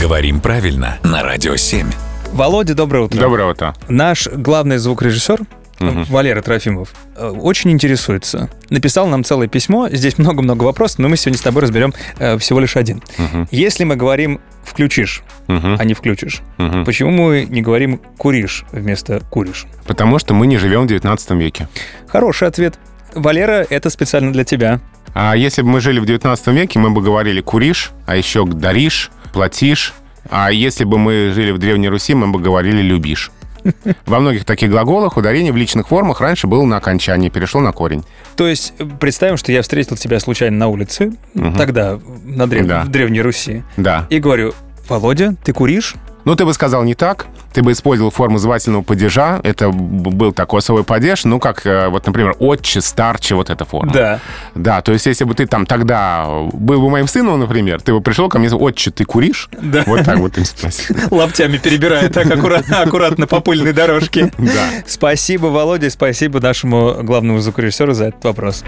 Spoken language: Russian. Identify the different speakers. Speaker 1: Говорим правильно на Радио 7.
Speaker 2: Володя, доброе утро.
Speaker 3: Доброе утро.
Speaker 2: Наш главный звукорежиссер э, Валера Трофимов э, очень интересуется. Написал нам целое письмо. Здесь много-много вопросов, но мы сегодня с тобой разберем э, всего лишь один.
Speaker 3: Мгм.
Speaker 2: Если мы говорим включишь,
Speaker 3: Мгм.
Speaker 2: а не включишь,
Speaker 3: Мгм.
Speaker 2: почему мы не говорим куришь вместо куришь?
Speaker 3: Потому что мы не живем в 19 веке.
Speaker 2: Хороший ответ. Валера, это специально для тебя.
Speaker 3: А если бы мы жили в 19 веке, мы бы говорили «куришь», а еще «даришь», «платишь». А если бы мы жили в Древней Руси, мы бы говорили «любишь». Во многих таких глаголах ударение в личных формах раньше было на окончании, перешло на корень.
Speaker 2: То есть э, представим, что я встретил тебя случайно на улице,
Speaker 3: Мгм.
Speaker 2: тогда на древ-
Speaker 3: Да.
Speaker 2: в Древней Руси,
Speaker 3: Да.
Speaker 2: и говорю, Володя, ты куришь?
Speaker 3: Ну, ты бы сказал не так, ты бы использовал форму звательного падежа, это б- был такой особый падеж, ну, как, э, вот, например, «отче», «старче», вот эта форма.
Speaker 2: Да.
Speaker 3: Да, то есть если бы ты там тогда был бы моим сыном, например, ты бы пришел ко мне и сказал, отче, ты куришь?
Speaker 2: Да.
Speaker 3: Вот так вот ты спросил.
Speaker 2: Лоптями перебирая так аккуратно, аккуратно по пыльной дорожке.
Speaker 3: Да.
Speaker 2: Спасибо, Володя, и спасибо нашему главному звукорежиссеру за этот вопрос.